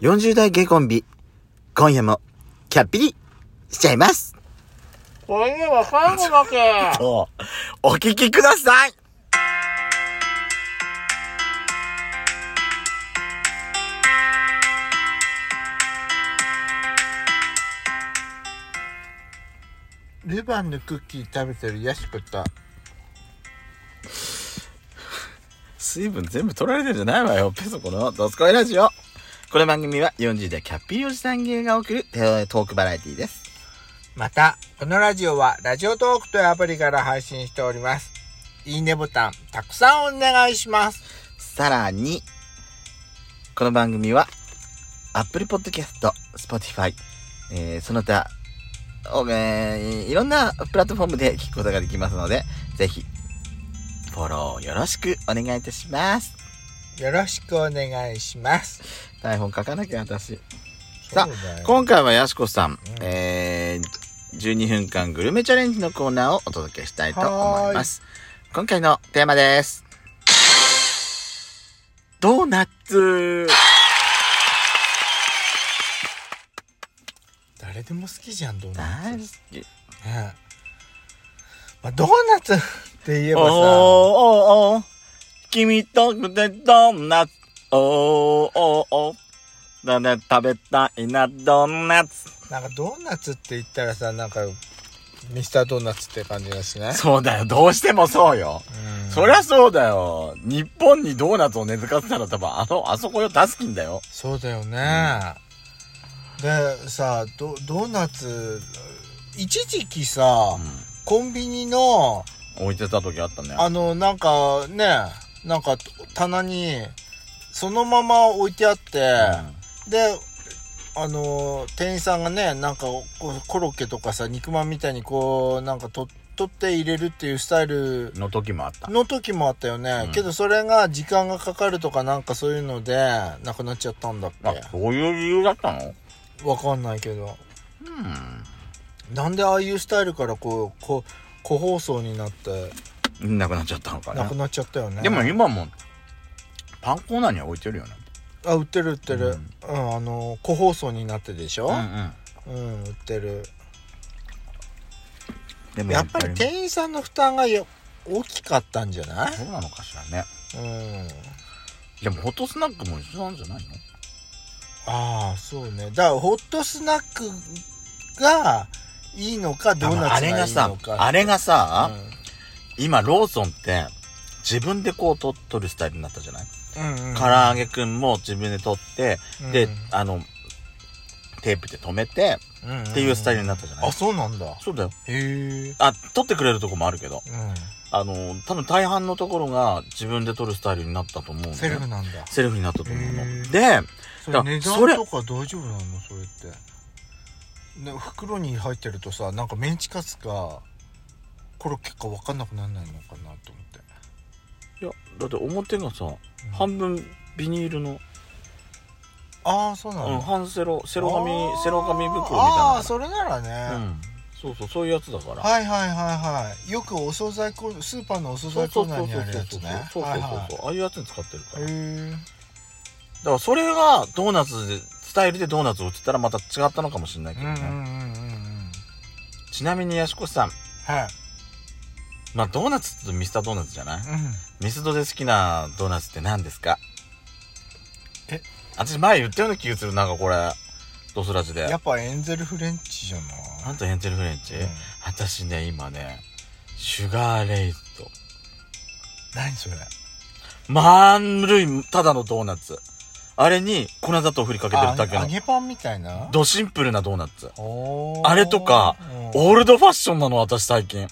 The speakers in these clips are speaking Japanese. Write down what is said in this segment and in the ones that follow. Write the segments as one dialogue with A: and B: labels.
A: 40代ゲコンビ、今夜も、キャッピリ、しちゃいます
B: これでは最後だけ。
A: お聞きください
B: ルバンのクッキー食べてるヤシコと、
A: 水分全部取られてるんじゃないわよ。ペソコのドスコイラジオ。この番組は40代キャッピリおじさん芸が送るテレトークバラエティです。
B: また、このラジオはラジオトークというアプリから配信しております。いいねボタン、たくさんお願いします。
A: さらに、この番組は、Apple Podcast、Spotify、えーその他、おえーいろんなプラットフォームで聞くことができますので、ぜひ、フォローよろしくお願いいたします。
B: よろしくお願いします。
A: 台本書かなきゃ私。さあ
B: そうだよ
A: 今回はやしこさん、えー、12分間グルメチャレンジのコーナーをお届けしたいと思います。今回のテーマです。ドーナツ
B: 誰でも好きじゃん、ドーナ
A: 大
B: ツ。
A: 好き。
B: ねまあ、ドーナツって言えばさ、
A: おーおーおー君とでドーナツ。おーおーおーだね、食べたいな、ドーナツ。
B: なんかドーナツって言ったらさ、なんか、ミスタードーナツって感じがしない
A: そうだよ、どうしてもそうよ。
B: うん
A: そりゃそうだよ。日本にドーナツを根付かせたら多分、あの、あそこよ、ダスキンだよ。
B: そうだよね、でさドドーナツ一時期さ、コンビニの
A: 置いてた時あったね。
B: あのなんかねなんか棚にそのまま置いてあって、であの店員さんがねなんかこうコロッケとかさ肉まんみたいにこうなんかと取って入れるっていうスタイル
A: うんの時もあった。
B: の時もあったよね、
A: うん
B: けどそれが時間がかかるとかなんかそういうのでなくなっちゃったんだっ
A: あ、
B: け
A: そういう理由だったの
B: わかんないけど
A: う
B: なんでああいうスタイルからこうこ個包装になって
A: ん。なくなっちゃったのか
B: な
A: な
B: く。なっちゃったよね
A: でも今も、パンコーナーには置いてるよね。
B: あ売ってる売ってる、うんあの個包装になってでしょ、
A: ん。
B: うん売ってる
A: でも
B: やっぱり店員さんの負担がよ大きかったんじゃない、
A: そうなのかしらね。
B: う
A: で
B: ん、
A: も、ホットスナックも一緒なんじゃないの
B: ああそうねだからホットスナックがいいのかドーナ
A: あ
B: ツ
A: れ
B: が
A: が
B: いい
A: さ
B: の、か
A: あれがさ、
B: うん
A: 今、ローソンって、自分でこう、と、取るスタイルになったじゃない、
B: うんうん
A: 唐揚げくんも自分で取って、で、あの、テープで止めて、っていうスタイルになったじゃない
B: あそうなんだへ
A: そうだよ。
B: え
A: あ、取ってくれるとこもあるけど、
B: う
A: あの、多分大半のところが自分で取るスタイルになったと思うのね
B: んセルフなんだ
A: セルフになったと思う
B: へ
A: の。
B: ー
A: で、
B: そ
A: だから
B: れ値
A: それ
B: 段とか大丈夫なのそれって、ね、袋に入ってるとさなんかメンチカツかコロッケか分かんなくならないのかなと思って
A: いや、だって表がさ、
B: うん
A: 半分ビニールの、
B: ああそうな
A: うん、
B: の
A: 半セロ、セ
B: セ
A: ロ紙、セロ紙袋みたいな
B: あ
A: の
B: あーそれなら
A: う
B: ね、
A: ん。そうそう、そういうやつだから。
B: はいはいはいはいよくお惣菜コースーパーのお惣
A: そう
B: 菜
A: そうそ
B: コーナ
A: うそう
B: ーにあるやつ
A: そう
B: ね
A: そう
B: はいは
A: そう。ああいうやつに使ってるか
B: い
A: ら。だか
B: へ
A: らそれがドーナツで、スタイルでドーナツを売ってたらまた違ったのかもしれない
B: えう
A: け
B: んう
A: ど
B: んうん
A: ね。
B: うんうん
A: ちなみに、やしこさん。
B: はい
A: まあ、ドーナツってミスタードーナツじゃない
B: うん
A: ミスドで好きなドーナツって何ですか
B: え
A: 私前言ったような気がする、なんかこれ。ドスラジで。
B: やっぱエンゼルフレンチじゃない
A: なんとエンジェルフレンチ、
B: うん
A: 私ね、今ね、シュガーレイズと、
B: 何それ
A: 丸い、ただのドーナツ。あれに粉砂糖振りかけてるだけ
B: あ
A: の、
B: 揚げパンみたいな
A: ドシンプルなドーナツ。あ
B: あ
A: れとか、オールドファッションなの、私最近。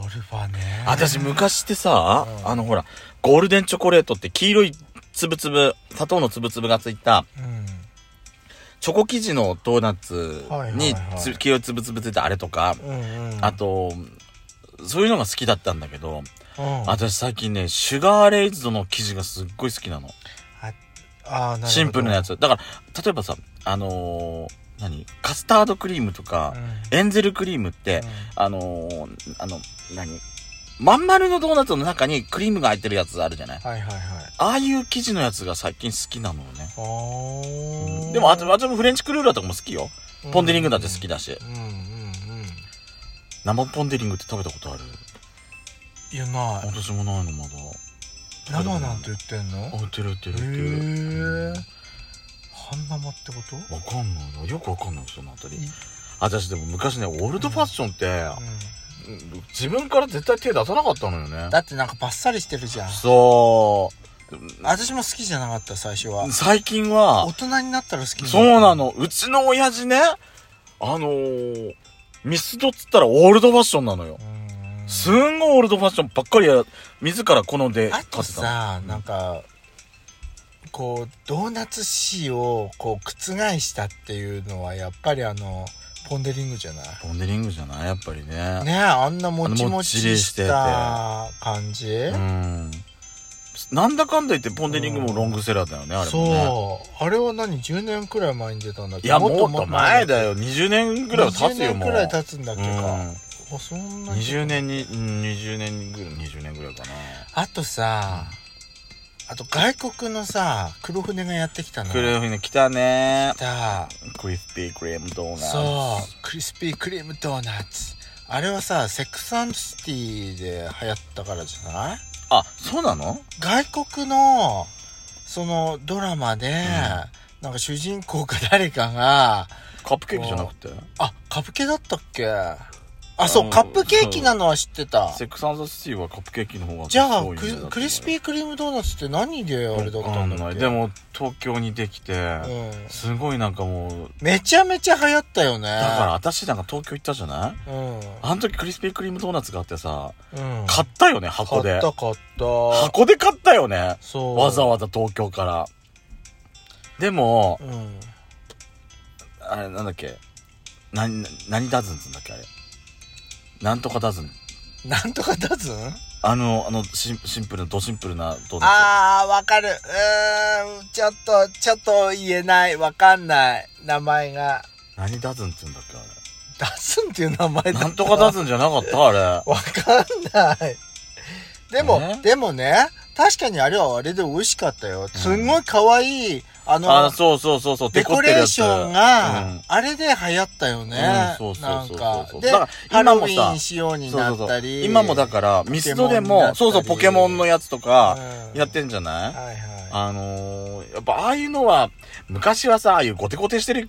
B: オルファね。
A: 私昔ってさ、
B: うん
A: あのほら、ゴールデンチョコレートって黄色いつぶつぶ、砂糖のつぶつぶがついた、
B: うん。
A: チョコ生地のドーナツ
B: はいはい
A: に
B: はい
A: つ黄色いつぶつぶついたあれとか、
B: うんうん。
A: あ、と、そういうのが好きだったんだけど、
B: うん、
A: 私最近ね、シュガーレイズドの生地がすっごい好きなの。
B: あー
A: シンプルなや。つ。だから、例えばさ、あのー何カスタードクリームと
B: な
A: か
B: るほど、
A: エンゼルクリームって
B: うん、
A: あのーあの、何まん丸のドーナツの中にクリームが入ってるやつあるじゃない
B: はいはいはい
A: ああいう生地のやつが最近好きなのよね。
B: あー
A: でも、あと、あともフレンチクルーラーとかも好きよ。ポンデリングだって好きだし。
B: うんうんうん
A: 生ポンデリングって食べたことある
B: いやない
A: 私もないの、まだ。
B: 生なんて言ってん
A: あ、
B: の
A: 売ってる売ってる売ってる。
B: へえ半生ってこと
A: うんわかんないな。よくわかんない、そのあたり。私でも昔ね、オールドファッションって、うん自分から絶対手出さなかったのよね。
B: だってなんかバッサリしてるじゃん
A: そう。
B: 私も好きじゃなかった最初は
A: 最近は
B: 大、人になったら好きにった
A: そうなの。うちの親父ね、あのー、ミスドっつったらオールドファッションなのよ
B: う。ーん
A: すんごいオールドファッションばっかりや、自ら好んで買
B: あ
A: ってた
B: とさ
A: うん
B: なんかこうドーナツ紙をこう覆したっていうのはやっぱりあのポン・デ・リングじゃない
A: ポンデリングじゃないやっぱりね。
B: ねえあんなもち
A: あのも
B: も
A: っちり
B: ち
A: し
B: して
A: て
B: た感じ、
A: うん。なんだかんだ言ってポンデリングもロングセラーだよね、あれもね。
B: そうあれは何10年くらい前に出たんだっ
A: い
B: け
A: や、もっと前だ
B: よ
A: よ。20年ぐらいは経つよ、
B: 20年
A: もう。
B: くらい経つんだっけか、
A: う
B: あそん
A: ん。
B: な
A: 20年に、うん20年ぐらい、20年ぐらいかな。
B: あとさあと外国のさ黒船がやってきたの
A: クルーフィーの来たね。
B: だ
A: クリスピークリームドーナツ。
B: そうクリスピークリームドーナツあれはさセックスアンドシティで流行ったからじゃない
A: あ、そうなの
B: 外国のそのドラマで、なんか主人公か誰かが
A: カップケーキじゃなくて
B: あカップケだったっけあそううんカップケーキなのは知ってた
A: セックスアンドシティはカップケーキの方が
B: じゃあ
A: 多いんだ
B: ククリスピークリームドーナツって何であれだっ
A: わ
B: た
A: か
B: ん
A: ん
B: だ
A: な
B: っ
A: い
B: け
A: で、も東京にできて
B: うん、
A: すごいなんかもう
B: めちゃめちゃ流行ったよね
A: だから私なんか東京行ったじゃない
B: うん、
A: あの時クリスピークリームドーナツがあってさ
B: うん、
A: 買ったよね箱
B: 買
A: で
B: った買った
A: 箱で買ったよね
B: そう
A: わざわざ東京からでも
B: うん
A: あれなんだっけ何何ダズンっつうんだっけあれなんとかダズン
B: なんとかダズン
A: あのあのシンシンプルなドシンプルなドーナ
B: あーわかるうーんちょっとちょっと言えないわかんない名前が
A: ツ何ダズンっつうんだっけあれ
B: ダズンっていう名前だった
A: なんとかダズンじゃなかったあれ
B: わかんない。でも、
A: ね
B: でもね、確かにあれはあれで美味しかったよ。すんごい可愛い、あの、
A: あ、そうそうそうそう、
B: デコレーション
A: うん
B: が、あれで流行った
A: う
B: よ
A: ん
B: ね。
A: そうそ
B: な
A: うんそう
B: か
A: そう。
B: で、
A: だか
B: ハ
A: ら今
B: ロウ
A: も
B: ィ
A: さ
B: ーン仕様にな
A: そう
B: っ
A: そうそ
B: た
A: う
B: り。
A: 今もだから、ミスドでも、そうそう、ポケモンのやつとか、やって
B: る。
A: んじゃない、
B: はいは
A: あのー、やっぱああいうのは、昔はさ、ああいうゴテゴテしてる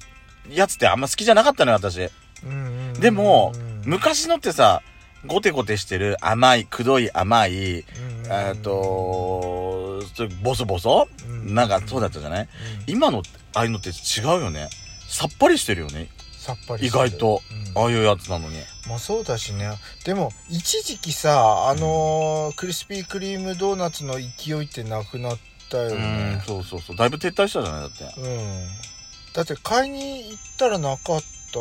A: やつってあんま好きじゃなかったのよ、私。
B: いうんうんうん。
A: でも
B: うん、
A: 昔のってさ、ゴテゴテしてる甘い、くどい甘い、
B: うんうん
A: えっ、とそういうボソボソ
B: うん
A: なんかそうだったじゃない
B: うん
A: 今の、ああいうのって違うよね。さっぱりしてるよね。
B: さっぱり
A: 意
B: してる
A: 外と
B: うん。
A: ああいうやつなのに。
B: まあそうだしねでも一時期さあのークリスピークリームドーナツの勢いってなくなった
A: う
B: よ
A: ん
B: ね
A: そうそうそうだいぶ撤退したじゃないだって
B: うん、だって買いに行ったらなかった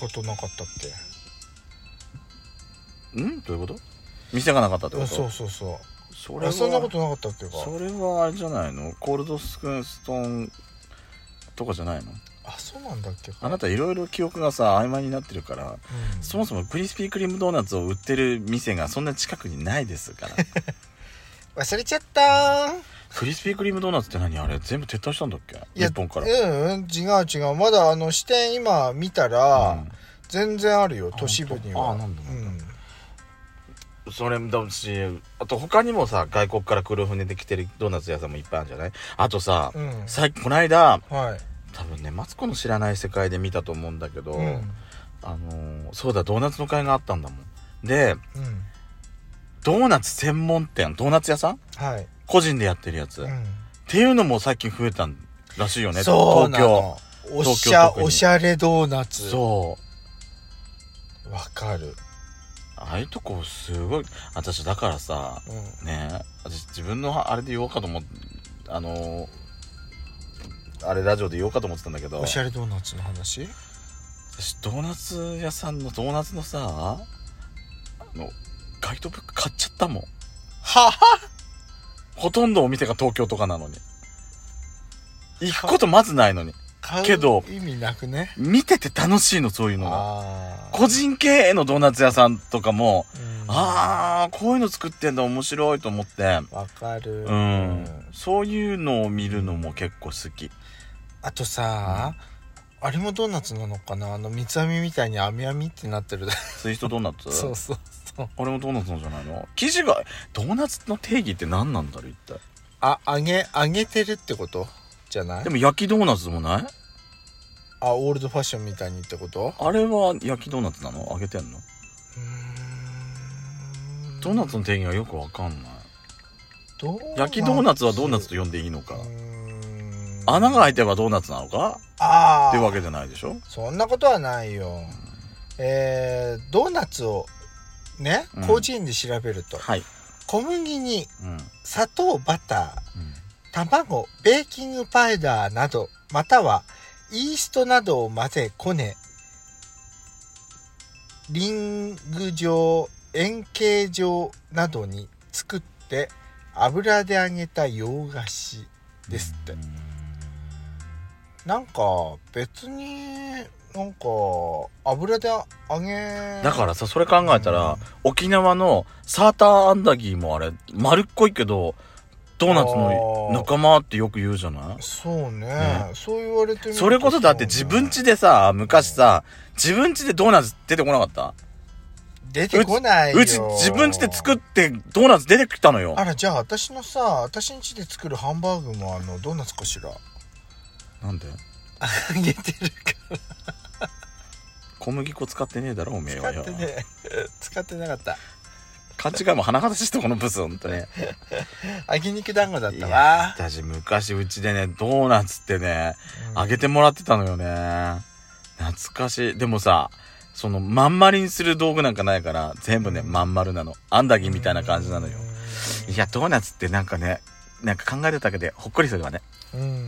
B: ことなかったっけ
A: んどういうこと店がなかったってこ
B: うん
A: と
B: そうそうそ
A: そうれは
B: あそんなことなかったっけか
A: それはあれじゃないのコールドスクーンストーンとかじゃないの
B: あそうなんだっけか
A: あなたいろいろ記憶がさ曖昧になってるから
B: うん
A: そもそもクリスピークリームドーナツを売ってる店がそんな近くにないですから
B: 忘れちゃったー
A: クリスピークリームドーナツって何あれ全部撤退したんだっけ
B: いや
A: 日本から
B: うんうん違う違うまだあの支店今見たら、全然あるよ都市部には
A: あ本当あなんだ
B: うん
A: うんそれもだしあと他にもさ外国から黒船で来てるドーナツ屋さんもいっぱいあるんじゃないあとさ
B: うん
A: 最近この間
B: はい
A: 多分ねマツコの知らない世界で見たと思うんだけど、
B: うん
A: あのーそうだドーナツの会があったんだもんで
B: うん
A: ドーナツ専門店ドーナツ屋さん
B: はい
A: 個人でやってるやつ、
B: う
A: っ
B: ん
A: ていうのも最近増えたんらしいよね
B: そうな
A: 東京
B: のお
A: 東
B: し
A: 京
B: ゃ
A: 特に
B: おしゃれドーナツわ
A: そう
B: かる、
A: ああいうとこすごい私だからさ
B: うん、
A: ね私自分のあれで言おうかと思っあのーあれラジオで言おうかと思ってたんだけど
B: おしゃれドーナツの話
A: 私ドーナツ屋さんのドーナツのさあのガイドブック買っちゃったもん
B: はは
A: ほとんどお店が東京とかなのに。行くことまずないのに。
B: 買う
A: けど
B: 意味なくね
A: 見てて楽しいの、そういうのが。
B: ああ
A: 個人経営のドーナツ屋さんとかも、ああ、こういうの作ってんだ面白いと思って。
B: わかる、
A: うん。そういうのを見るのも結構好き。
B: あとさ、あれもドーナツなのかなあの三つ編みみたいに編み編みってなってる
A: ツイストドーナツ
B: そうそうそう
A: あれもドーナツなんじゃないの生地が、ドーナツの定義って何なんだろう一体。
B: あ揚げ揚げてるってことじゃない
A: でも焼きドーナツでもない
B: あオールドファッションみたいにってこと
A: あれは焼きドーナツなの揚げてんのドーナツの定義がよくわかんない。焼きドーナツはドーナツと呼んでいいのか。穴が開いて
B: て
A: ればドーナツなのか
B: あ
A: って
B: あ
A: わけじゃないでしょ
B: そんなことはないよえー、ドーナツをね
A: うん
B: 工事院で調べると、
A: はい。
B: 小麦に
A: うん。うん
B: 砂糖バター卵ベーキングパウダーなどまたはイーストなどを混ぜこねリング状円形状などに作って油で揚げた洋菓子ですって、なんか別になんか油で揚げ
A: だからさ、それ考えたら、沖縄のサーターアンダギーもあれ、丸っこいけど、ドーナツの仲間ってよく言うじゃない
B: そうね
A: ね
B: そう言われてみると
A: それこそだって自分家でさ、昔さ、自分家でドーナツ出てこなかった
B: 出てこないよ
A: うち自分家で作ってドーナツ出てきたのよ
B: あ。らじゃあ私のさ私ん家で作るハンバーグもあのドーナツかしら
A: なんで
B: 揚げてるか
A: 小麦粉使ってねえだろ、おめえは
B: 使
A: よ
B: って。ね使ってなかった
A: 勘違いも鼻が立ちしてこのブス、ほんとね。
B: 揚げ肉団子だっ
A: い
B: た
A: や
B: わ、
A: 私昔うちでね、ドーナツってね、
B: うん
A: あげてもらってたのよね。懐かしい。でもさ、その、まん丸にする道具なんかないから、全部ね、まん丸なの。アンダギーみたいな感じなのよ。いや、ドーナツってなんかね、なんか考えてただけで、ほっこりするわね。
B: うん